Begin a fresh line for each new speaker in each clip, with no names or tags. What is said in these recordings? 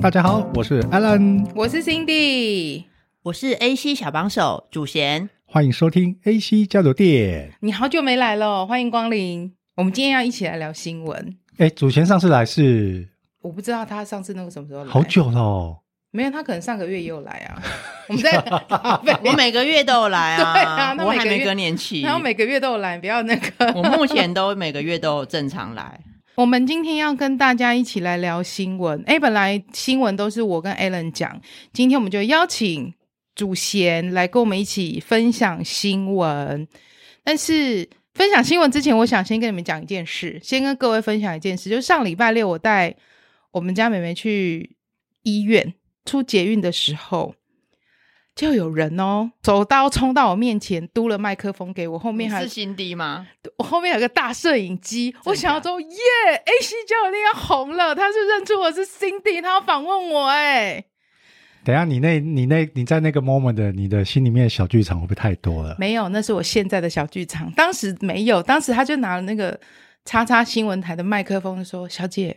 大家好，我是 Alan，
我是 Cindy，
我是 AC 小帮手主贤。
欢迎收听 AC 交流店。
你好久没来了，欢迎光临。我们今天要一起来聊新闻。
哎，祖贤上次来是
我不知道他上次那个什么时候来，
好，久了哦，
没有他可能上个月也有来啊。我们在咖啡，
我每个月都有来啊，
对啊那
我
每
还
个
没
月
更年期，
然后每个月都有来，不要那个。
我目前都每个月都有正常来。
我们今天要跟大家一起来聊新闻。哎，本来新闻都是我跟 Alan 讲，今天我们就邀请主贤来跟我们一起分享新闻。但是分享新闻之前，我想先跟你们讲一件事，先跟各位分享一件事，就是上礼拜六我带我们家妹妹去医院出捷运的时候。就有人哦，手刀冲到我面前，嘟了麦克风给 我，后面
你
还
是新低吗？
我后面有个大摄影机，我想要说耶，AC 教练要红了，他是认出我是 Cindy，他要访问我哎、
等一下你那、你那、你在那个 moment 的你的心里面的小剧场会不会太多了？
没有，那是我现在的小剧场，当时没有，当时他就拿了那个叉叉新闻台的麦克风说：“小姐，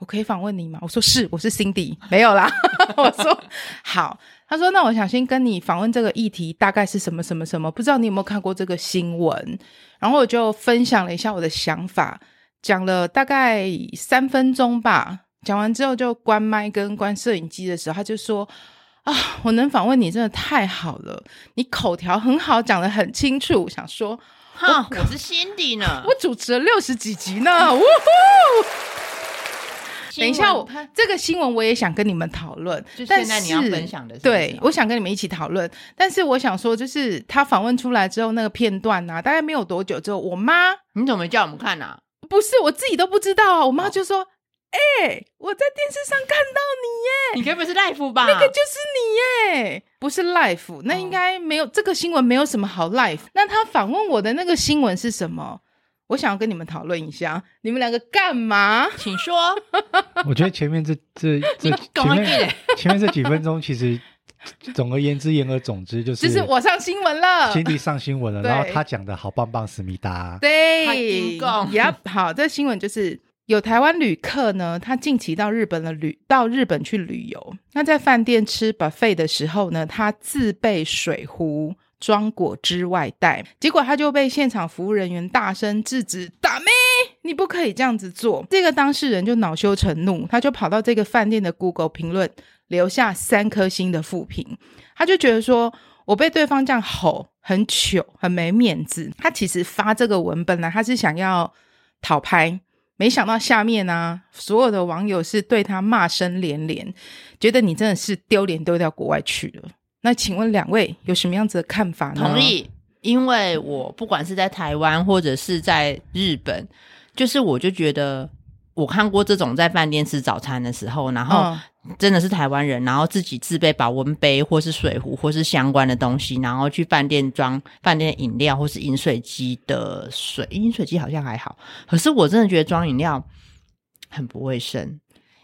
我可以访问你吗？”我说：“是，我是 Cindy。”没有啦， 我说好。他说：“那我想先跟你访问这个议题，大概是什么什么什么？不知道你有没有看过这个新闻？”然后我就分享了一下我的想法，讲了大概三分钟吧。讲完之后就关麦跟关摄影机的时候，他就说：“啊，我能访问你真的太好了。”你口条很好，讲得很清楚。想说，
哈，我是新低呢。
我主持了六十几集 呢，呜呼！
新
等
闻
一下我，这个新闻我也想跟你们讨论，
就
但
现在你要分享的是
是
不是
对，我想跟你们一起讨论。但是我想说，就是他访问出来之后那个片段啊，大概没有多久之后，我妈
你怎么叫我们 看啊？
不是我自己都不知道啊，我妈
哦
就说：“哎、我在电视上看到你耶。”
你该不是 life 吧？
那就是你耶，不是 life，那应该没有、这个新闻没有什么好 life。那他反问我的那个新闻是什么？我想要跟你们讨论一下，你们两个干嘛？
请 说。
我觉得前面这这这
搞
前
忘记
面前面这几分钟，其实总而言之，言而总之就是
就是我上新闻了。
新地上新闻了，
对
然后他讲的好棒棒，思密达。
太
对
硬杠
也好，这新闻就是有台湾旅客呢，他近期到日本的旅到日本去旅游，那在饭店吃 buffet 的时候呢，他自备水壶。装果汁外带，结果他就被现场服务人员大声制止：“打妹，你不可以这样子做！”这个当事人就恼羞成怒，他就跑到这个饭店的 Google 评论留下三颗星的负评。他就觉得说我被对方这样吼很糗，很没面子。他其实发这个文本来他是想要讨拍，没想到下面啊，所有的网友是对他骂声连连，觉得你真的是丢脸丢到国外去了。那请问两位有什么样子的看法呢？
同。意，因为我不管是在台湾或者是在日本，就是我就觉得我看过这种在饭店吃早餐的时候，然后
嗯
真的是台湾人，然后自己自备保温杯或是水壶或是相关的东西，然后去饭店装饭店饮料或是饮水机的水，饮水机好像还好，可是我真的觉得装饮料很不卫生。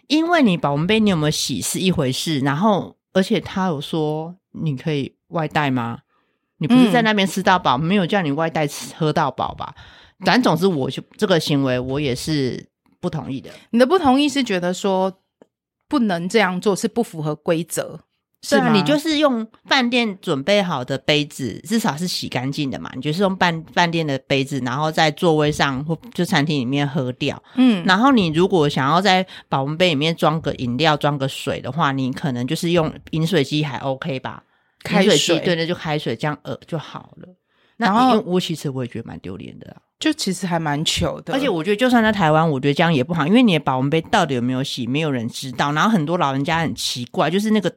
因为你保温杯你有没有洗是一回事，然后而且他有说你可以外带吗？你不是在那边吃到饱，没有叫你外带吃喝到饱吧？但总之，我就这个行为我也是不同意的，
你的不同意是觉得说不能这样做是不符合规则，
是
吗
啊，你就是用饭店准备好的杯子，至少是洗干净的嘛，你就是用饭饭店的杯子，然后在座位上或就餐厅里面喝掉。
嗯
然后你如果想要在保温杯里面装个饮料、装个水的话，你可能就是用饮水机还 OK 吧？
开
饮水
水
机对，那就开水这样呃就好了。那
然后
因为我其实我也觉得蛮丢脸的啊、
就其实还蛮糗的，
而且我觉得就算在台湾，我觉得这样也不好，因为你的保温杯到底有没有洗，没有人知道。然后很多老人家很奇怪，就是那个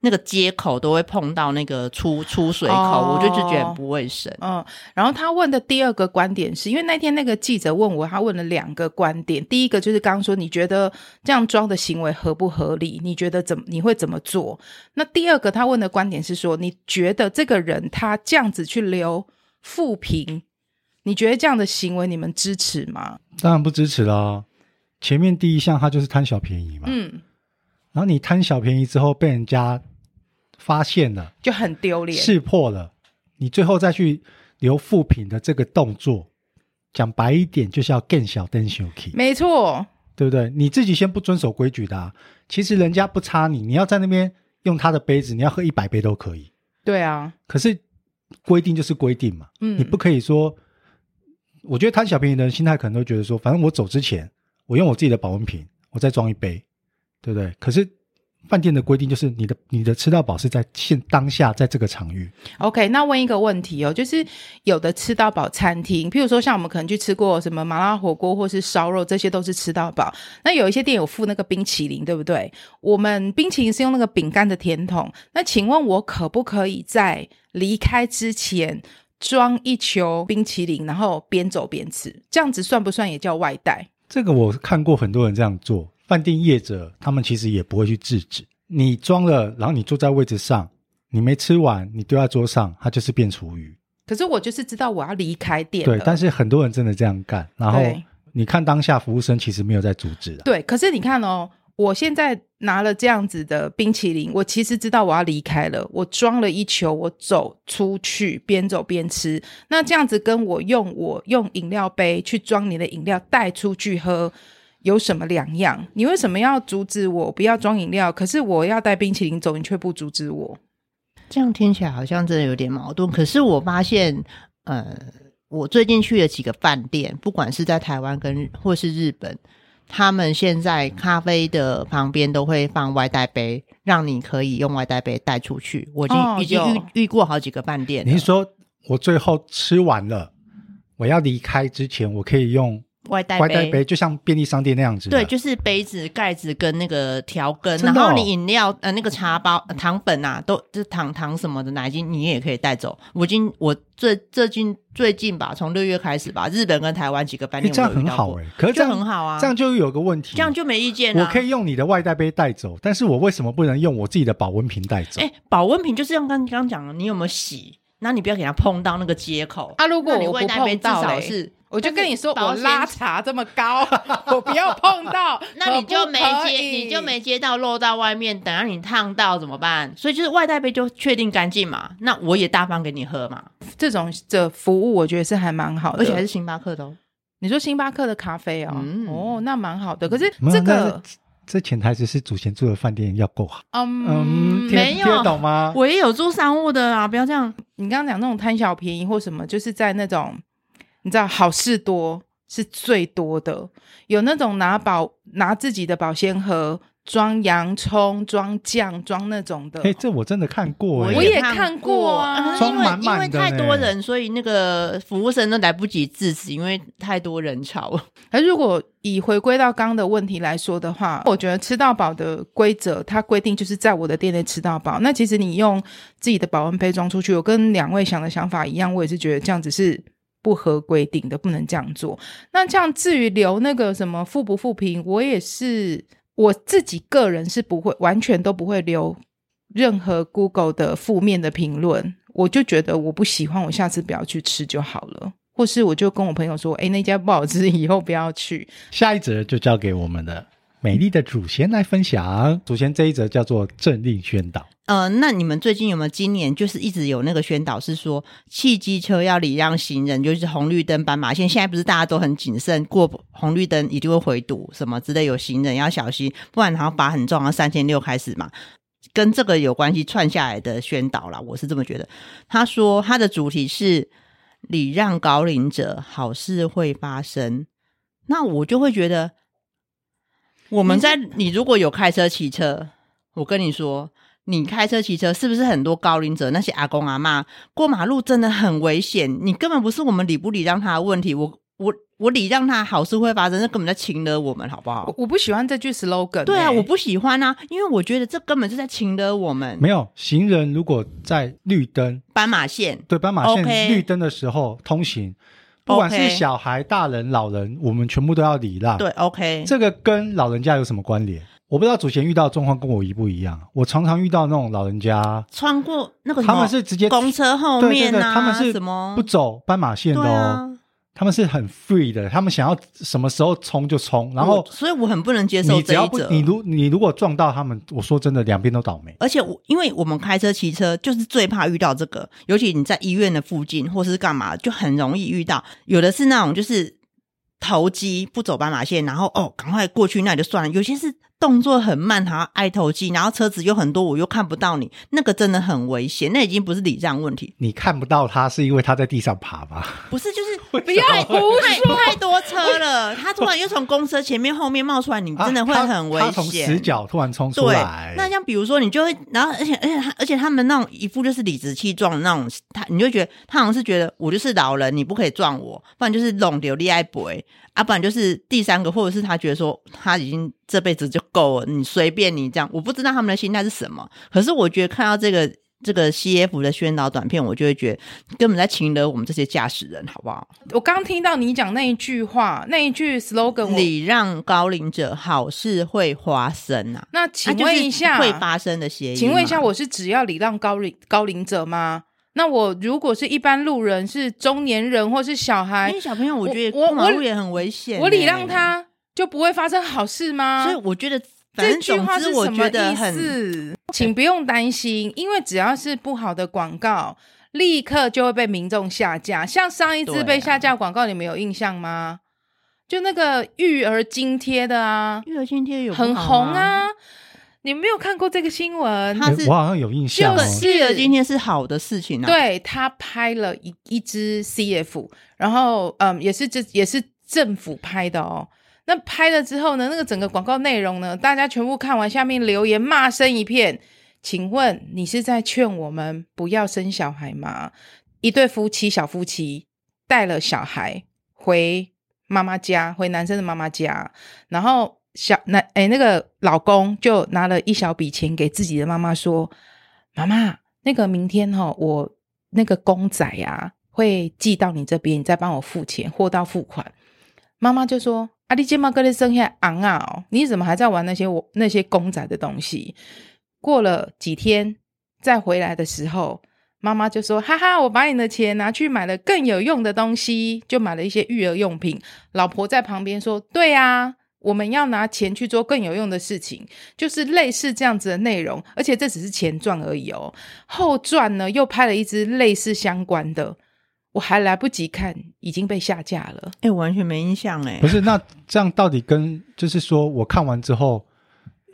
那个接口都会碰到那个出出水口，
哦
我就就觉得很不卫生。
嗯，然后他问的第二个观点是，因为那天那个记者问我，他问了两个观点。第一个就是刚刚说，你觉得这样装的行为合不合理？你觉得怎么你会怎么做？那第二个他问的观点是说，你觉得这个人他这样子去留负评，你觉得这样的行为你们支持吗？
当然不支持啦。前面第一项他就是贪小便宜嘛，
嗯，
然后你贪小便宜之后被人家发现了、
就很丢脸。
识破了，你最后再去留副品的这个动作，讲白一点就是要更小灯小 k
没错，
对不对？你自己先不遵守规矩的、啊，其实人家不差你，你要在那边用他的杯子，你要喝一百杯都可以。
对啊，
可是规定就是规定嘛，
嗯，
你不可以说。我觉得贪小便宜的人心态可能都觉得说，反正我走之前，我用我自己的保温瓶，我再装一杯，对不对？可是饭店的规定就是，你的你的吃到饱是在现当下，在这个场域。
OK，那问一个问题哦，就是有的吃到饱餐厅，譬如说像我们可能去吃过什么麻辣火锅或是烧肉，这些都是吃到饱。那有一些店有附那个冰淇淋，对不对？我们冰淇淋是用那个饼干的甜筒。那请问我可不可以在离开之前装一球冰淇淋，然后边走边吃？这样子算不算也叫外带？
这个我看过很多人这样做，饭店业者他们其实也不会去制止。你装了，然后你坐在位置上，你没吃完，你丢在桌上，它就是变厨余。
可是我就是知道我要离开店了
对，但是很多人真的这样干，然后
对
你看当下服务生其实没有在阻止啊。
对，可
嗯
是你看哦，我现在拿了这样子的冰淇淋，我其实知道我要离开了，我装了一球，我走出去，边走边吃。那这样子跟我用我用饮料杯去装你的饮料带出去喝。有什么两样？你为什么要阻止我不要装饮料？可是我要带冰淇淋走，你却不阻止我。
这样听起来好像真的有点矛盾。可是我发现，呃，我最近去了几个饭店，不管是在台湾跟日或是日本，他们现在咖啡的旁边都会放外带杯，让你可以用外带杯带出去。我已经、
哦
已经
有
遇遇过好几个饭店了。
你是说我最后吃完了，我要离开之前，我可以用
外带
外带杯，就像便利商店那样子的。
对，就是杯子、盖子跟那个调羹，
啊真
然
的哦
后你饮料呃那个茶包、呃糖粉啊，都就是糖糖什么的奶精，你也可以带走。我今我最最近最近吧，从六月开始吧，日本跟台湾几个饭
诶
店
这样
我有遇
很
到
好
过
哎、可是这样
就很好啊
这样就有个问题，
这样就没意见了、啊
我可以用你的外带杯带走，但是我为什么不能用我自己的保温瓶带走？
哎、保温瓶就是像刚刚讲的，你有没有洗？那你不要给它碰到那个接口。
啊，如果
那你
我
外
不
带杯
碰
至
到
少
嘞
是，
我就
但是
跟你说，
保
我
鲜
拉茶这么高， 我不要碰到，
那你
可
就
不
没
可
接，
以
你就没接到漏到外面，等下你烫到怎么办？所以就是外带杯就确定干净嘛，那我也大方给你喝嘛，
这种的服务，我觉得是还蛮好的，
而且还是星巴克的、哦。
你说星巴克的咖啡哦，
嗯
哦，那蛮好的。可是
没有
这
那
个，
是这潜台词是主贤住的饭店要够好。
嗯，
嗯，
没
听
没有
听得懂吗？
我也有住商务的啊，不要这样。
你刚刚讲那种贪小便宜或什么，就是在那种你知道好事多是最多的，有那种拿保拿自己的保鲜盒装洋葱、装酱、装那种的，
哎、这我真的看过、哎
我也看过啊
嗯因
装
为
满
因为
满的
太多
呢
人，所以那个服务生都来不及制止，因为太多人潮了。
而如果以回归到刚的问题来说的话，我觉得吃到饱的规则，它规定就是在我的店内吃到饱。那其实你用自己的保温杯装出去，我跟两位想的想法一样，我也是觉得这样子是不合规定的，不能这样做。那这样至于留那个什么复不复评，我也是我自己个人是不会完全都不会留任何 Google 的负面的评论，我就觉得我不喜欢，我下次不要去吃就好了。或是我就跟我朋友说，哎、那家不好吃， 以后不要去。
下一则就交给我们的美丽的祖贤来分享。祖贤这一则叫做政令宣导，
呃，那你们最近有没有今年就是一直有那个宣导是说，汽机车要礼让行人，就是红绿灯、斑马线。现在不是大家都很谨慎，过红绿灯一定会回堵什么之类，有行人要小心，不然好像罚很重，要三千六开始嘛。跟这个有关系串下来的宣导啦，我是这么觉得。他说他的主题是礼让高龄者，好事会发生。那我就会觉得，我们在你如果有开车、骑车，我跟你说，你开车、骑车是不是很多高龄者那些阿公阿妈过马路真的很危险？你根本不是我们礼不礼让他的问题，我我我礼让他好事会发生，那根本在情了我们，好不好
我？我不喜欢这句 slogan、
对啊，
欸
我不喜欢啊，因为我觉得这根本就在情了我
嗯
们。
没有行人如果在绿灯
斑马线，
对斑马线
OK
绿灯的时候通行，不管
OK
是小孩、大人、老人，我们全部都要礼让。
对，OK，
这个跟老人家有什么关联？我不知道祖贤遇到的状况跟我一不一样。我常常遇到那种老人家，
穿过那个什
他
么
们是直接
公车后
对对
面
对，
啊，
他们是
什么
不走斑马线的
对
哦，
啊，
他们是很 free 的，他们想要什么时候冲就冲，然后
我所以我很不能接受
你只
这
要
一
不
则。
你如你如果撞到他们，我说真的，两边都倒霉。
而且我因为我们开车、骑车就是最怕遇到这个，尤其你在医院的附近或是干嘛，就很容易遇到。有的是那种就是投机，不走斑马线，然后哦，赶快过去那也就算了。有些是动作很慢，还要挨投机，然后车子又很多，我又看不到你，那个真的很危险。那已经不是礼让问题，
你看不到他是因为他在地上爬吧？
不是就是
不要
太太太多车了，他突然又从公车前面后面冒出来，你 真的 会
啊
很危
他他从
险。
死角突然冲出
对
来，，
那像比如说，你就会，然后而且而且他而且他们那种一副就是理直气壮的那种，他你就觉得他好像是觉得我就是老人，你不可以撞我，不然就是拢流利爱博，啊，不然就是第三个，或者是他觉得说他已经这辈子就够了，你随便你这样，我不知道他们的心态是什么，可是我觉得看到这个。这个 CF 的宣导短片，我就会觉得根本在擒了我们这些驾驶人，好不好？
我刚听到你讲那一句话，那一句 slogan，我
礼让高龄者，好事会发生啊！
那
啊
请
就是
问一下，
会发生的谐音嘛？
请问一下，我是只要礼让高龄高龄者吗？那我如果是一般路人，是中年人或是小
因
孩
为，小朋友，
我
我觉得
我
过马
我
路也很危险、
我礼让，他就不会发生好事吗？
欸所以我觉得，反
这
正
句
总
话
之，
是
我
什么
觉得
意
很
思？请不用担心，因为只要是不好的广告，立刻就会被民众下架。像上一
对
次
啊
被下架广告，你们有印象吗？就那个育儿津贴的啊，
育儿津贴有不
很
好
红
吗。
啊，你们没有看过这个新闻？
他
诶
是
哎我好像有印象、哦，
就是
育儿津贴是好的事情啊，，
对他拍了一一支 CF，然后嗯，也是这也是政府拍的哦。那拍了之后呢，那个整个广告内容呢，大家全部看完，下面留言骂声一片。请问你是在劝我们不要生小孩吗？一对夫妻，小夫妻带了小孩回妈妈家，回男生的妈妈家，然后小那哎、那个老公就拿了一小笔钱给自己的妈妈说：“妈妈，那个明天哈、哦，我那个公仔啊会寄到你这边，你再帮我付钱，货到付款。”妈妈就说：“啊，你今妈哥的生下昂啊哦，你怎么还在玩那些我那些公仔的东西？”过了几天再回来的时候，妈妈就说：“哈哈，我把你的钱拿去买了更有用的东西，就买了一些育儿用品。”老婆在旁边说：“对啊，我们要拿钱去做更有用的事情，就是类似这样子的内容，而且这只是前传而已哦。后传呢，又拍了一支类似相关的，我还来不及看，已经被下架了。
哎、我完全没印象哎、
不是，那这样到底跟就是说我看完之后，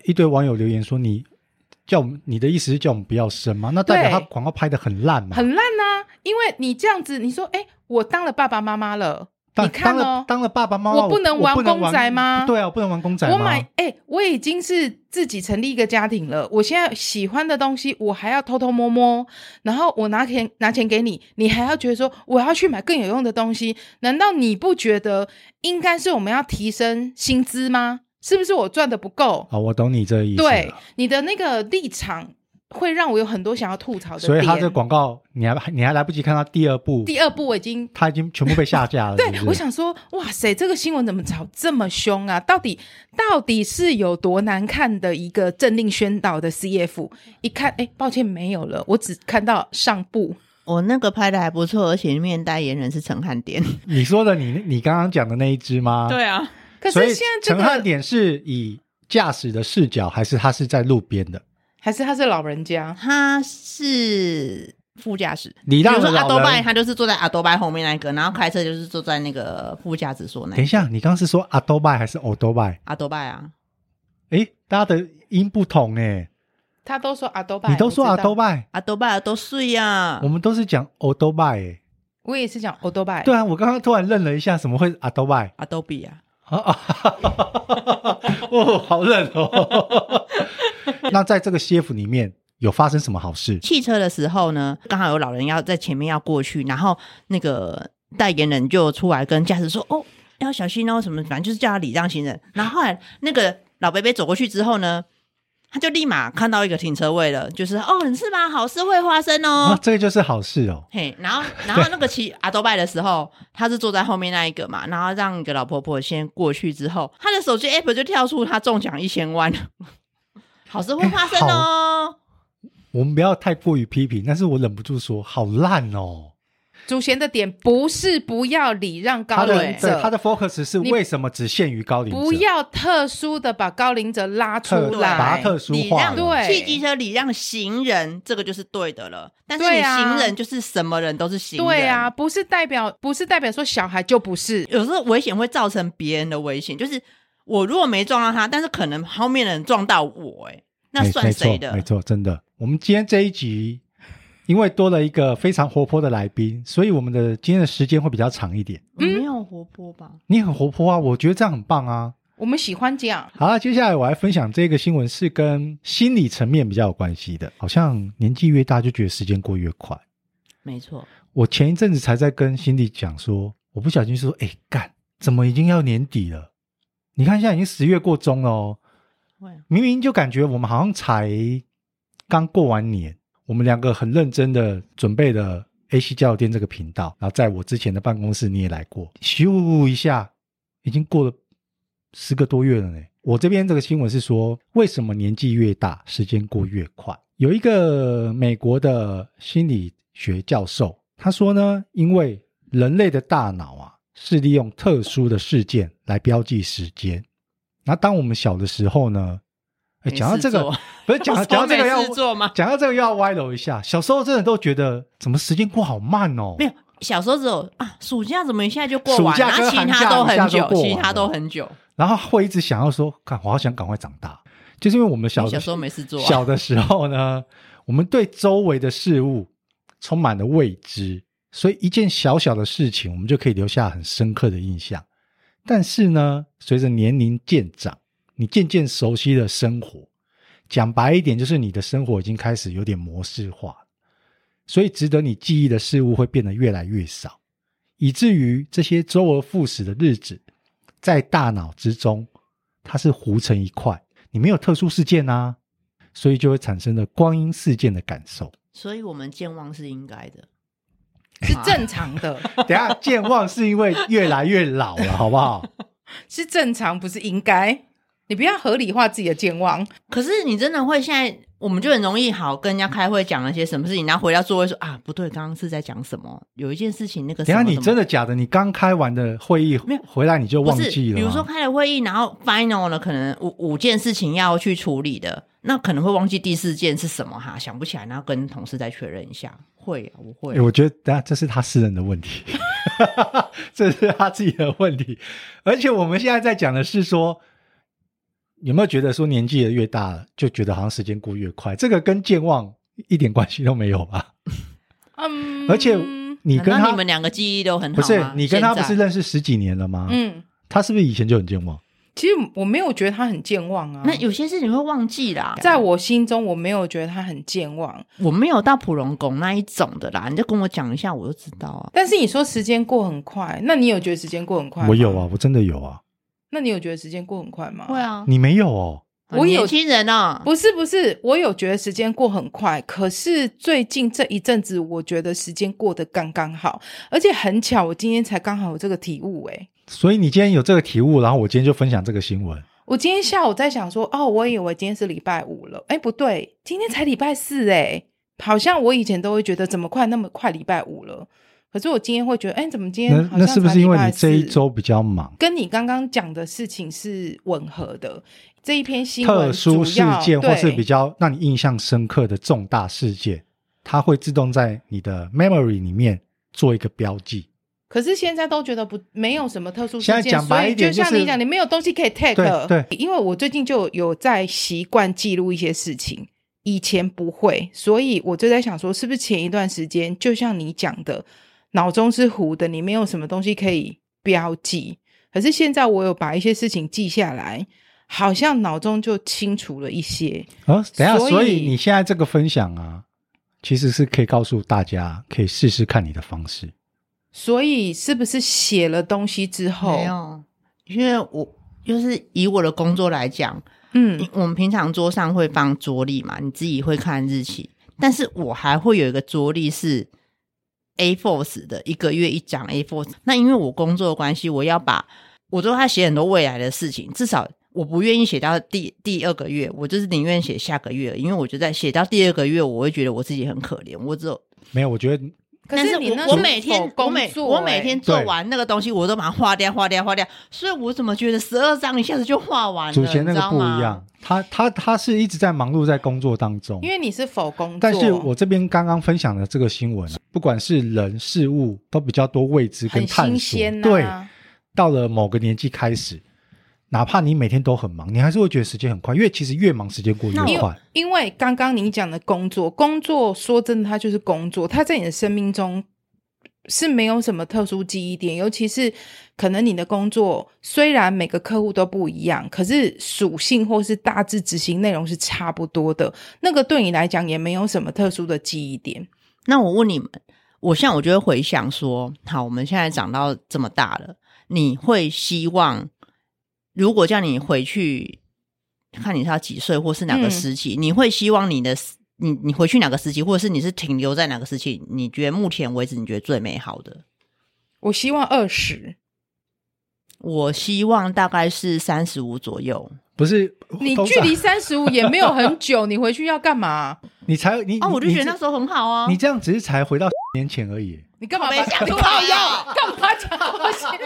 一堆网友留言说你叫我们，你的意思是叫我们不要生吗？那代表
对
他广告拍的很烂嘛？
很烂呐、因为你这样子，你说，哎，我当了爸爸妈妈了，
当
你看
当了
哦，
当了爸爸妈妈，
我不能
我
玩
不能
公仔吗
对啊，我不能玩公仔吗？
我买，哎、我已经是自己成立一个家庭了，我现在喜欢的东西，我还要偷偷摸摸，然后我拿钱拿钱给你，你还要觉得说我要去买更有用的东西，难道你不觉得应该是我们要提升薪资吗？是不是我赚的不够？
哦，我懂你这个意思了。
对你的那个立场，会让我有很多想要吐槽的点。
所以他这广告你还你还来不及看到第二部，
第二步我已经
他已经全部被下 架了。
对
嗯是不，是
我想说，哇塞，这个新闻怎么炒这么凶啊？到底到底是有多难看的一个政令宣导的 CF？一看，哎，抱歉，没有了，我只看到上部。
我那个拍的还不错，而且里面代言人是陈 汉典。
你说的你你刚刚讲的那一只吗？。
啊，
可
所
是
以
现在这
陈汉
个
典是以驾驶的视角，还是他是在路边的？
还是他是老人家，
他是副驾驶。
你
比
让
如说
老
阿多拜，
人
他就是坐在阿多拜后面那一个，然后开车就是坐在那个副驾驶座那
等
一
一
个
下，你刚刚是说阿多拜还是欧多拜？
阿多拜啊，
诶，大家的音不同诶，
他都说阿多拜，
你都说
我
阿
知道
多，拜，
阿多拜多碎啊
我，们都是讲欧多拜诶。
我也是讲阿多拜。
对啊，我刚刚突然愣了一下，怎么会阿多拜？
阿多比啊，
啊啊哈哈哈哈 哦，好冷哦。 那在这个 CF 里面有发生什么好事？
汽车的时候呢，刚好有老人要在前面要过去，然后那个代言人就出来跟驾驶说：“哦，要小心哦，什么，反正就是叫他礼让行人。”然后后来那个老伯伯走过去之后呢，他就立马看到一个停车位了，就是哦，你是吧？好事会发生哦
啊，。这个就是好事哦。
嘿，然后然后那个骑阿多拜的时候，他是坐在后面那一个嘛，然后让一个老婆婆先过去之后，他的手机 app 就跳出他中奖一千万，好事会发生哦。
我们不要太过于批评，但是我忍不住说，好烂哦。
祖贤的点不是不要礼让高
他的
龄
对
者，
他的 focus 是
你
为什么只限于高龄者？
不要特殊的把高龄者拉出
特
对
把它。
来
特殊
礼
化
让
了，
对
汽机车礼让行人，这个就是对的了。但是
对
你
啊
行人就是什么人都是行人，
对啊，。不是代表不是代表说小孩就不是，
有时候危险会造成别人的危险，就是我如果没撞到他，但是可能后面的人撞到我、哎，那
没
算谁
没
的？
错？没错，真的。我们今天这一集，因为多了一个非常活泼的来宾，所以我们的今天的时间会比较长一点。
嗯
我没有活泼吧？
你很活泼啊，我觉得这样很棒啊。
我们喜欢讲。
好了，接下来我来分享这个新闻是跟心理层面比较有关系的。好像年纪越大，就觉得时间过越快。
没错，
我前一阵子才在跟心理讲说，我不小心说，哎、干，怎么已经要年底了？你看现在已经十月过中了哦，
会啊
明明就感觉我们好像才刚过完年，我们两个很认真的准备了 A C 教育店这个频道，然后在我之前的办公室你也来过，咻一下，已经过了十个多月了呢。我这边这个新闻是说，为什么年纪越大，时间过越快？有一个美国的心理学教授，他说呢，因为人类的大脑啊，是利用特殊的事件来标记时间。那当我们小的时候呢，哎，
没
讲到
事
这个
做，
不是 讲到讲到这个要
我没事做吗？
讲到这个又要歪楼一下。小时候真的都觉得怎么时间过好慢哦，
没有，小时候只有啊，暑假怎么一下就过
暑
完了，
假跟
然后其
寒假
他都
一下
很
就
久，
过完
其他
了
都很久。
然后会一直想要说，看我好想赶快长大，就是因为我们小
小时候没事做啊
小的时候呢，我们对周围的事物充满了未知，所以一件小小的事情，我们就可以留下很深刻的印象。但是呢，随着年龄渐长，你渐渐熟悉了生活，讲白一点，就是你的生活已经开始有点模式化了，所以值得你记忆的事物会变得越来越少，以至于这些周而复始的日子，在大脑之中它是糊成一块，你没有特殊事件啊，所以就会产生了光阴事件的感 受。
所以我们健忘是应该的，
是正常的，
等一下健忘是因为越来越老了，好不 好？
是正常，不是应该。你不要合理化自己的健忘，
可是你真的会现在，我们就很容易好跟人家开会讲了些什么事情，然后回到座位说啊，不对，刚刚是在讲什么？有一件事情那个
等一
什
下
么
你
什么
真的假的？你刚开完的会议
没有
回来你就忘
不是，
记了吗？
比如说开了会议，然后 final 了，可能五五件事情要去处理的，那可能会忘记第四件是什么哈，想不起来，然后跟同事再确认一下。会啊，我会
欸我觉得，等一下这是他私人的问 题，这是他自己的问题。而且我们现在在讲的是说，有没有觉得说年纪也越大了，就觉得好像时间过越快？这个跟健忘一点关系都没有吧？
嗯，
而且你跟
难道
他
你们两个记忆都很
不
好吗
是你跟他不是
现在
认识十几年了吗？
嗯，
他是不是以前就很健忘？
其实我没有觉得他很健忘啊。
那有些事情会忘记啦，
在我心中，我没有觉得他很健忘。
我没有到普龙宫那一种的啦，你就跟我讲一下，我就知道啊。
但是你说时间过很快，那你有觉得时间过很快？
我有。啊，我真的有啊，
那你有觉得时间过很快吗？
会。啊，
你没有哦？
我有
年轻人啊，
不是不是，我有觉得时间过很快，可是最近这一阵子，我觉得时间过得刚刚好，而且很巧，我今天才刚好有这个体悟、欸，
所以你今天有这个体悟，然后我今天就分享这个新闻。
我今天下午在想说，哦，我以为今天是礼拜五了，哎，不对，今天才礼拜四，哎，好像我以前都会觉得怎么快那么快礼拜五了，可是我今天会觉得，哎，怎么今天
那
好
那
像
是不
才
是因为
礼拜
你这一
四
周比较忙？
跟你刚刚讲的事情是吻合的？这一篇新闻
特殊
主
事
要
件或是
对
比较让你印象深刻的重大事件，它会自动在你的 memory 里面做一个标记。
可是现在都觉得不没有什么特殊事
现在
件，
讲白一点
所
就
以就像
是
你讲，你没有东西可以 take。
对对
因为我最近就有在习惯记录一些事情，以前不会，所以我就在想说，是不是前一段时间，就像你讲的，脑中是糊的，你没有什么东西可以标记。可是现在我有把一些事情记下来，好像脑中就清楚了一些。
啊，等一下，
所以
所以你现在这个分享啊，其实是可以告诉大家，可以试试看你的方式。
所以是不是写了东西之
没
后，
有，因为我就是以我的工作来讲，
嗯，
我们平常桌上会放桌历嘛，你自己会看日期，但是我还会有一个桌历是 A four 的，一个月一张 A four。那因为我工作的关系，我要把我都在写很多未来的事情，至少我不愿意写到第第二个月，我就是宁愿写下个月，因为我觉得写到第二个月，我会觉得我自己很可怜，我只有
没有，我觉得
可
但是
你
我
那
我
是
每
否
天我
工
每
作
我
欸
每天做
对
完那个东西，我都把它划掉、划掉、划掉，所以我怎么觉得十二张一下子就画完了？
祖贤那个
你知道
不
吗
一样，，他他他是一直在忙碌在工作当中
因，为你是否工作，
但是我这边刚刚分享的这个新闻啊，不管是人事物，都比较多未知跟
很
探
新
索。
鲜呐、啊
对，到了某个年纪开始，哪怕你每天都很忙，你还是会觉得时间很快，因为其实越忙时间过
那
越
因为
快。
因为刚刚你讲的工作，工作说真的，它就是工作，它在你的生命中是没有什么特殊记忆点，尤其是可能你的工作虽然每个客户都不一样，可是属性或是大致执行内容是差不多的，那个对你来讲也没有什么特殊的记忆点。
那我问你们，我现在我就会回想说，好，我们现在长到这么大了，你会希望如果叫你回去看你是要几岁，或是哪个
嗯
时期，你会希望你的你你回去哪个时期，或者是你是停留在哪个时期？你觉得目前为止你觉得最美好的？
我希望二十，
我希望大概是三十五左右。
不是
你
通
距
常
离三十五也没有很久，你回去要干嘛？
你才你
啊，我就觉
你
得那时候很好啊。
你这样只是才回到年前而已。
你干嘛把？
靠北想
你
出来
靠
啊
腰干嘛讲这些？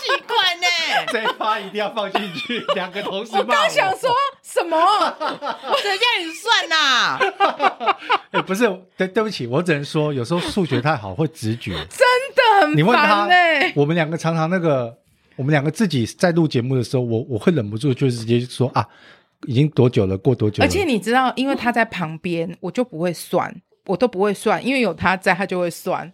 奇怪 呢？
这一发一定要放进 去，两个同时
我刚想说什么？
怎样你算呐、
哎、不是，对，对不起，我只能说，有时候数学太好会直觉。
真的 很
你问他
烦哎、，
我们两个常常那个，我们两个自己在录节目的时候，我我会忍不住就直接说啊，已经多久了，过多久了？
而且你知道，因为他在旁边，我就不会算，我都不会算，因为有他在，他就会算。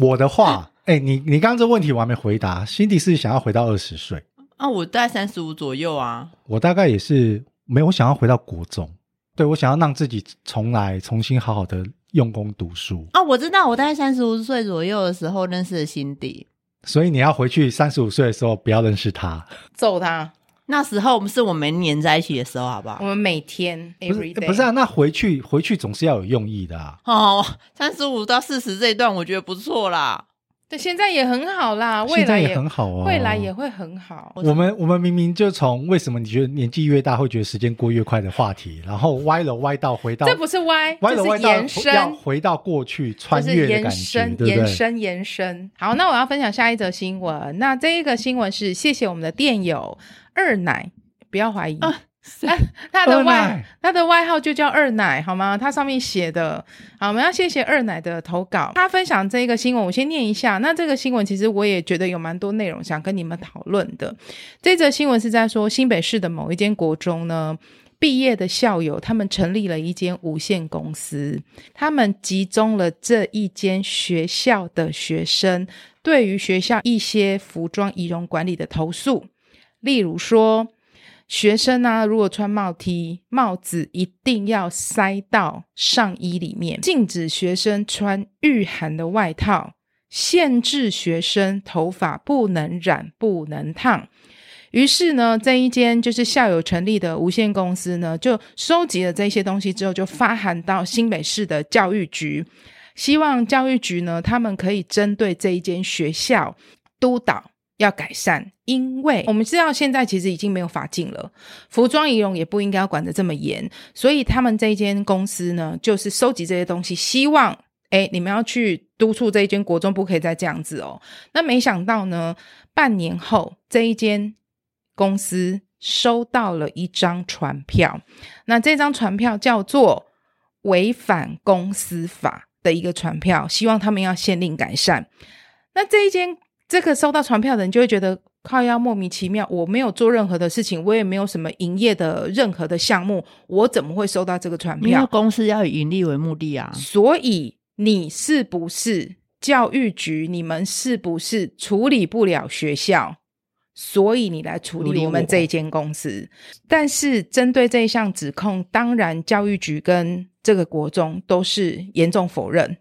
我的话， 哎、你你刚刚这问题我还没回答，辛迪是想要回到二十岁，
啊？我大概三十五左右啊。
我大概也是没有，我想要回到国中，对我想要让自己重来，重新好好的用功读书。
啊，我知道，我大概三十五岁左右的时候认识的辛迪。
所以你要回去三十五岁的时候，不要认识他。
揍他！
那时候是我们黏在一起的时候，好不
我
好？
们每天
啊不
every
是
day
不是啊，那回去回去总是要有用意的啊。
哦，三十五到四十这一段，我觉得不错啦。
对，现在也很好啦，未
现在
来
也很好啊，
未来也。会很好。
我们我们明明就从为什么你觉得年纪越大会觉得时间过越快的话题，然后歪了歪到回到
这不是歪，
歪了
这
歪
是
到
延
要
伸，
回到过去
就
穿
是
越的
延
感觉，对
伸、
不对？
延伸、延伸。好，那我要分享下一则新闻。那这一个新闻是谢谢我们的电友二奶，不要怀疑，啊他的
二
外
奶
他的外号就叫二奶，好吗？他上面写的，好，我们要谢谢二奶的投稿。他分享这个新闻，我先念一下。那这个新闻其实我也觉得有蛮多内容想跟你们讨论的。这则新闻是在说新北市的某一间国中呢。毕业的校友，他们成立了一间无限公司，他们集中了这一间学校的学生对于学校一些服装仪容管理的投诉，例如说，学生呢、如果穿帽 T，帽子一定要塞到上衣里面，禁止学生穿御寒的外套，限制学生头发不能染、不能烫。于是呢，这一间就是校友成立的无限公司呢，就收集了这些东西之后，就发函到新北市的教育局，希望教育局呢，他们可以针对这一间学校督导要改善，因为我们知道现在其实已经没有法禁了，服装仪容也不应该要管得这么严，所以他们这一间公司呢，就是收集这些东西，希望哎你们要去督促这一间国中不可以再这样子哦。那没想到呢，半年后这一间公司收到了一张传票，那这张传票叫做违反公司法的一个传票，希望他们要限令改善。那这一间这个收到传票的人就会觉得靠腰莫名其妙，我没有做任何的事情，我也没有什么营业的任何的项目，我怎么会收到这个传
因为
票？
公司要以盈利为目的啊。
所以你是不是教育局？你们是不是处理不了学校？所以你来处
处
理
理
我们
我
这一间公司，但是针对这一项指控，当然教育局跟这个国中都是严重否认，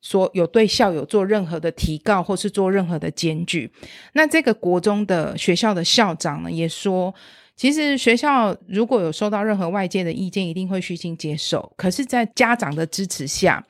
说有对校友做任何的提告或是做任何的检举。那这个国中的学校的校长呢，也说其实学校如果有收到任何外界的意见，一定会虚心接受。可是，在家长的支持下，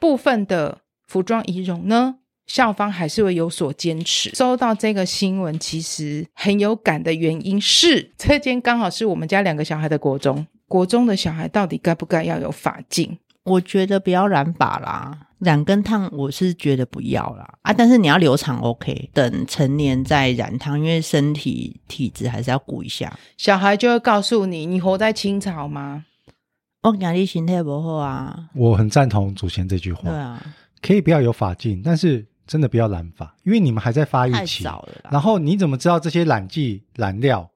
部分的服装仪容呢，校方还是会有所坚持。收到这个新闻，其实很有感的原因是， 这间刚好是我们家两个小孩的国中。国中的小孩到底该不该要有法镜？
我觉得不要染发啦，染跟烫我是觉得不要啦啊，但是你要留长 OK，等成年再染烫，因为身体体质还是要顾一下。
小孩就会告诉你，你活在清朝吗？
我讲你心态不好啊，
我很赞同祖先这句话，
对啊，
可以不要有发禁，但是真的不要染发，因为你们还在发育
太
期。
早了啦。
然后你怎么知道这些染剂、染料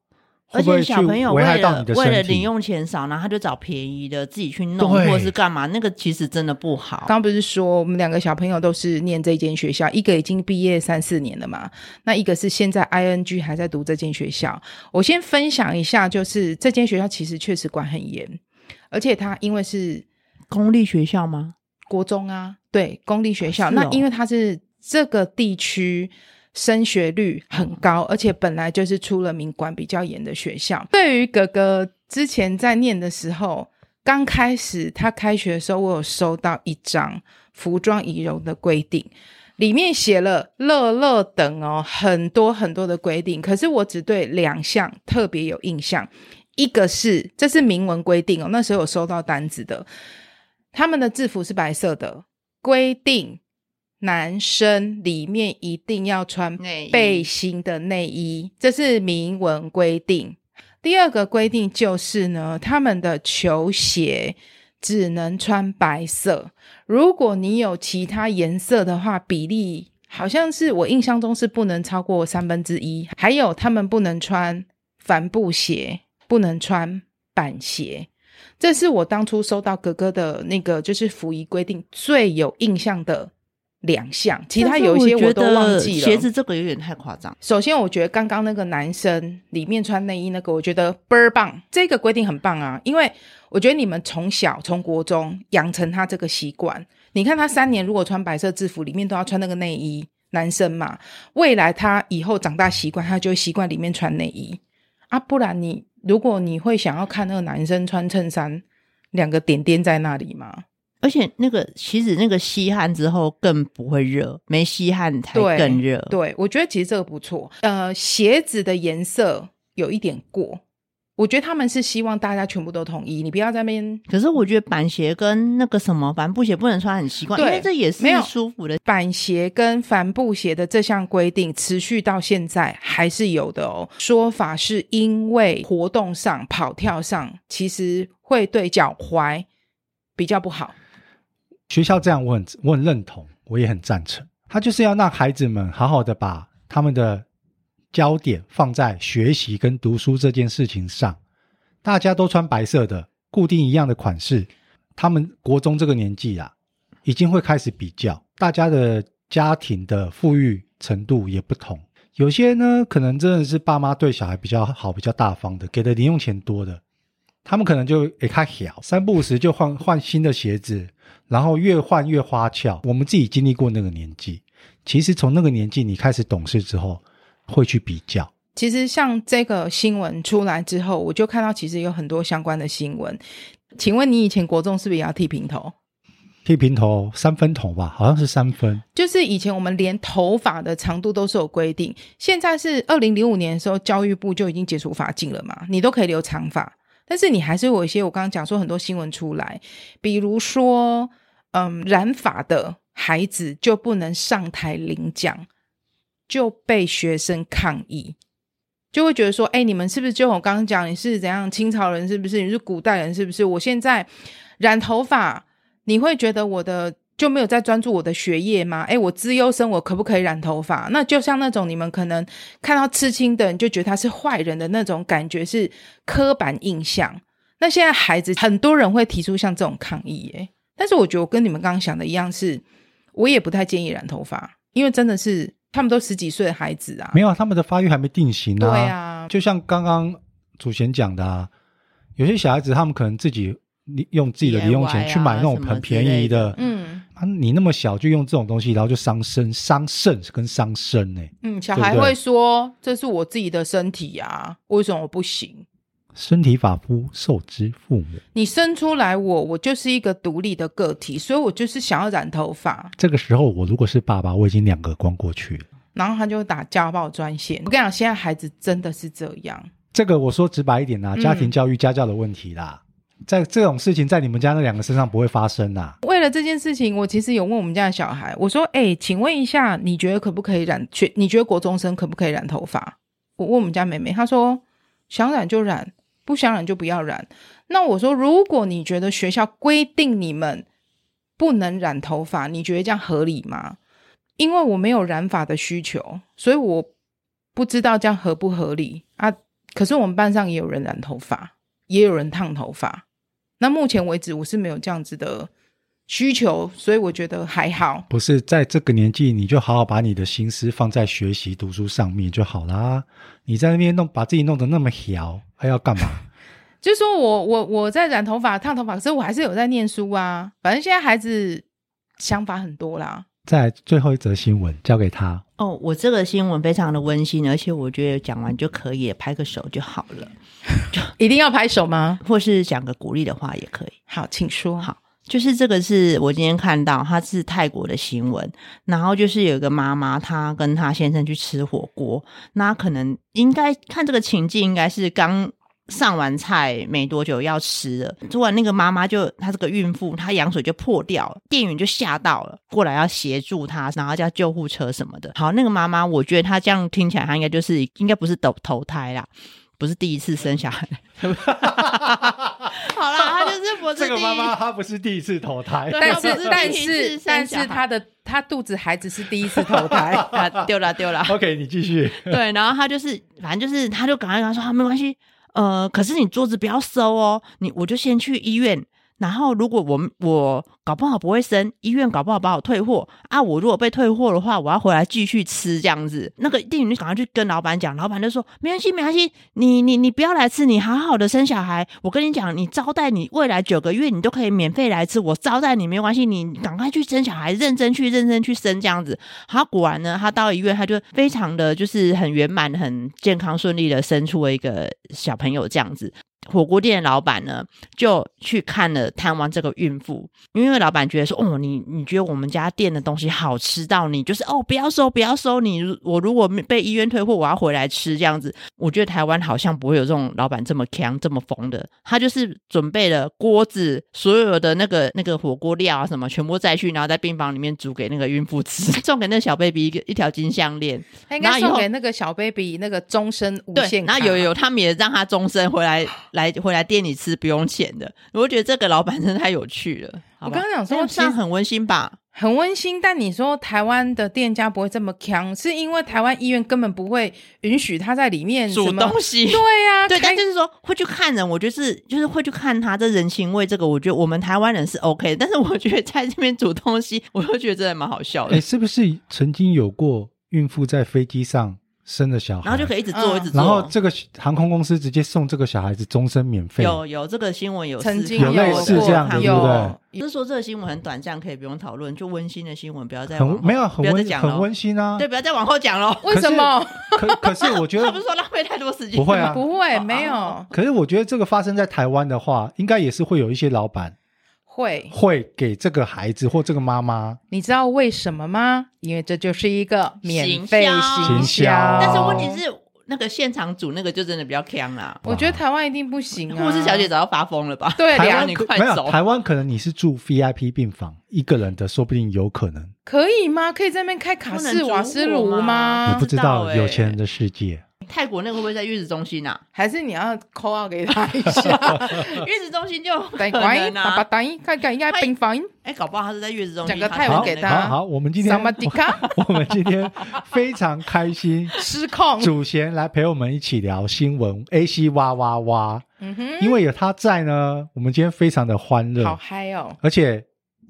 会
而
不
且
会去
小朋友
危
为
害到
了
你的
为了
身
零
体？
用钱少，然后他就找便宜的自己去弄，
对
或者是干嘛，那个其实真的不好。
刚不是说我们两个小朋友都是念这间学校，一个已经毕业三四年了嘛，那一个是现在 ING 还在读这间学校。我先分享一下，就是这间学校其实确实管很严，而且它因为是
公立学校吗？
国中啊，对，公立学校。
是哦
那因为它是这个地区升学率很高，而且本来就是出了名管比较严的学校。对于哥哥之前在念的时候，刚开始他开学的时候，我有收到一张服装仪容的规定。里面写了乐乐等哦，很多很多的规定，可是我只对两项特别有印象，一个是这是明文规定哦，那时候有收到单子的，他们的制服是白色的，规定男生里面一定要穿
内衣
背心的内衣，这是明文规定。第二个规定就是呢，他们的球鞋只能穿白色，如果你有其他颜色的话，比例好像是我印象中是不能超过三分之一。还有他们不能穿帆布鞋，不能穿板鞋。这是我当初收到哥哥的那个就是服仪规定最有印象的两项，其他有一些
我
都忘记了。
鞋子这个有点太夸张，
首先，我觉得刚刚那个男生里面穿内衣那个，我觉得倍儿棒，这个规定很棒啊！因为我觉得你们从小从国中养成他这个习惯。你看他三年如果穿白色制服，里面都要穿那个内衣，男生嘛，未来他以后长大习惯，他就会习惯里面穿内衣啊。不然你如果你会想要看那个男生穿衬衫，两个点点在那里嘛？
而且那个其实那个吸汗之后更不会热，没吸汗才
对
更热。
对，我觉得其实这个不错。呃，鞋子的颜色有一点过，我觉得他们是希望大家全部都统一，你不要在那边
可是我觉得板鞋跟那个什么帆布鞋不能穿很习惯，因
对
为这也是
没有
舒服的。
板鞋跟帆布鞋的这项规定持续到现在还是有的哦。说法是因为活动上、跑跳上，其实会对脚踝比较不好。
学校这样，我很我很认同，我也很赞成。他就是要让孩子们好好的把他们的焦点放在学习跟读书这件事情上。大家都穿白色的，固定一样的款式，他们国中这个年纪啊，已经会开始比较，大家的家庭的富裕程度也不同。有些呢，可能真的是爸妈对小孩比较好、比较大方的，给的零用钱多的，他们可能就也开小，三不五时就换换新的鞋子，然后越换越花俏。我们自己经历过那个年纪，其实从那个年纪你开始懂事之后，会去比较。
其实像这个新闻出来之后，我就看到其实有很多相关的新闻。请问你以前国中是不是也要剃平头？
剃平头三分头吧，好像是三分。
就是以前我们连头发的长度都是有规定，现在是二零零五年的时候，教育部就已经解除法禁了嘛，你都可以留长发，但是你还是有一些我刚刚讲说很多新闻出来，比如说，嗯，染发的孩子就不能上台领奖，就被学生抗议。就会觉得说，哎、你们是不是就我刚刚讲，你是怎样清朝人，是不是？你是古代人，是不是？我现在染头发，你会觉得我的就没有在专注我的学业吗？诶，我资优生，我可不可以染头发？那就像那种你们可能看到刺青的人就觉得他是坏人的那种感觉，是刻板印象。那现在孩子很多人会提出像这种抗议，耶，但是我觉得我跟你们刚刚想的一样是，我也不太建议染头发，因为真的是他们都十几岁的孩子啊，
没有啊，他们的发育还没定型
对啊，
就像刚刚祖贤讲的啊，有些小孩子他们可能自己利用自己的零用钱
DIY 啊
去买那种
什么
很便宜的，
之类的
嗯
啊，你那么小就用这种东西，然后就伤身、伤肾跟伤身呢、
嗯，小
对不
孩
对
会说这是我自己的身体啊，为什么我不行？
身体发肤受之父母，
你生出来我，我就是一个独立的个体，所以我就是想要染头发。
这个时候我如果是爸爸，我已经两个光过去了。
然后他就打家暴专线。我跟你讲，现在孩子真的是这样。
这个我说直白一点啦、
嗯
家庭教育、家教的问题啦。在这种事情在你们家那两个身上不会发生啊呐、
为了这件事情，我其实有问我们家的小孩，我说：“哎、请问一下，你觉得可不可以染？觉你觉得国中生可不可以染头发？”我问我们家妹妹，她说：“想染就染，不想染就不要染。”那我说：“如果你觉得学校规定你们不能染头发，你觉得这样合理吗？”因为我没有染发的需求，所以我不知道这样合不合理啊。可是我们班上也有人染头发，也有人烫头发，那目前为止，我是没有这样子的需求，所以我觉得还好。
不是在这个年纪，你就好好把你的心思放在学习读书上面就好啦。你在那边弄把自己弄得那么小，还要干嘛？
就是说我我我在染头发、烫头发，可是我还是有在念书啊。反正现在孩子想法很多啦。
再来最后一则新闻交给他，
哦，我这个新闻非常的温馨，而且我觉得讲完就可以拍个手就好了，
一定要拍手吗？
或是讲个鼓励的话也可以。
好，请说。
好就是这个是我今天看到，它是泰国的新闻，然后就是有一个妈妈，她跟她先生去吃火锅，那可能应该看这个情境，应该是刚上完菜没多久要吃了，突然那个妈妈就她这个孕妇，她羊水就破掉了，店员就吓到了，过来要协助她，然后叫救护车什么的。好，那个妈妈，我觉得她这样听起来，她应该就是应该不是投投胎啦。不是第一次生小孩， 好啦，她就是不是第
这
一
个妈妈她不是第一次投胎，
对
但
我
是
不是
但
第一次
是
生
但
小
是
孩
他的他肚子孩子是第一次投 胎，
啊，丢了丢了，
OK，你继续。
对，然后他就是，反正就是，他就赶快跟他说、啊，没关系，呃，可是你桌子不要收哦，你我就先去医院，然后如果我我搞不好不会生，医院搞不好把我退货啊，我如果被退货的话，我要回来继续吃这样子。那个店员就赶快去跟老板讲，老板就说没关系，没关系，你你你不要来吃，你好好的生小孩，我跟你讲，你招待你未来九个月你都可以免费来吃，我招待你没关系，你赶快去生小孩，认真去认真去生这样子。他果然呢，他到医院，他就非常的就是很圆满、很健康、顺利的生出了一个小朋友这样子。火锅店的老板呢，就去看了探望这个孕妇，因为老板觉得说，哦，你你觉得我们家店的东西好吃到你，就是哦，不要收，不要收你，我如果被医院退货，我要回来吃这样子。我觉得台湾好像不会有这种老板这么强、这么疯的，他就是准备了锅子，所有的那个那个火锅料啊什么，全部再去，然后在病房里面煮给那个孕妇吃， 送给那个小 baby 一个一条金项链，
他应该
然后以
送
后
给那个小 baby 那个终身无
对，
限卡。
那有有，他们也让他终身 回来来回来店里吃不用钱的，我觉得这个老板真的太有趣了。好
我
吧
刚刚讲
这
说，
样
其
这样
实
很温馨吧？
很温馨，但你说台湾的店家不会这么强，是因为台湾医院根本不会允许他在里面
煮
什么
东西。
对啊呀、
对，
开
但就是说会去看人，我觉得是就是会去看他这人情味，这个我觉得我们台湾人是 OK，的但是我觉得在这边煮东西，我又觉得真的蛮好笑的
哎，。是不是曾经有过孕妇在飞机上生了小孩，
然后就可以一直
嗯
做，一直做。
然后这个航空公司直接送这个小孩子终身免费？
有有这个新闻有
曾
私
经
看
有类
过
似这样的
看
对不
过
对
有
不是说这个新闻很短暂，可以不用讨论，就温馨的新闻，不要再往
很
后
没有很
不要再
温
讲
很
了。哦
温馨啊。
对，不要再往后讲了。
为什么？
可可是我觉
他不
得
是说浪费太多时间？
不会啊
不会，没有
可是我觉得这个发生在台湾的话，应该也是会有一些老板
会。
会给这个孩子或这个妈妈。
你知道为什么吗？因为这就是一个免费
行销
行
行销
但是
哦
问题，是，那个现场煮那个就真的比较呛啦。
我觉得台湾一定不行啊。
护士小姐早就发疯了吧？
对
台
两
湾
两
你
可
快
没有
走
台湾可能你是住 VIP 病房，一个人的说不定有可能，
可以吗？可以在那边开卡式瓦斯炉
啊
你不知
不知道
道
欸
有钱人的世界。
泰国那个会不会在月子中心啊？
还是你要扣号给他一 下？
月子中心就有可
等管
能
打把
啊。
打一看看应该病房
哎，搞不好他是在月子中
讲
心
个泰文
好
给他
好好，我们今
什么
天
迪卡
我们今天非常开心，
失控。
祖贤来陪我们一起聊新闻，A C 哇哇哇，
嗯哼，
因为有他在呢，我们今天非常的欢乐，
好嗨哦！
而且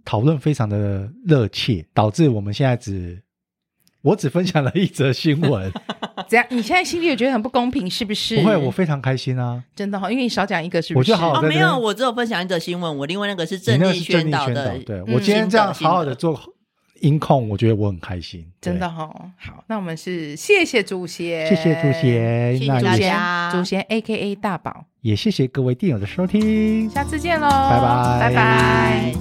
讨论非常的热切，导致我们现在只我只分享了一则新 闻，
怎样？你现在心里有觉得很不公平是不是？
不会，我非常开心啊！
真的哈、哦因为你少讲一个是不
我
是？
就好
哦，
在这
没
边
有，我只有分享一则新闻，我另外那个是
你
正
那个
义
是正义
导
宣
的。
对
嗯
我今天这样
心得
好好的做音控，我觉得我很开心，对
真的，哈、好，那我们是谢谢祖先，
谢谢祖，贤
谢，谢
那
大
祖
也
家
先，祖先 A K A 大宝，
也谢谢各位电友的收听，
下次见喽，
拜拜
拜拜。
哎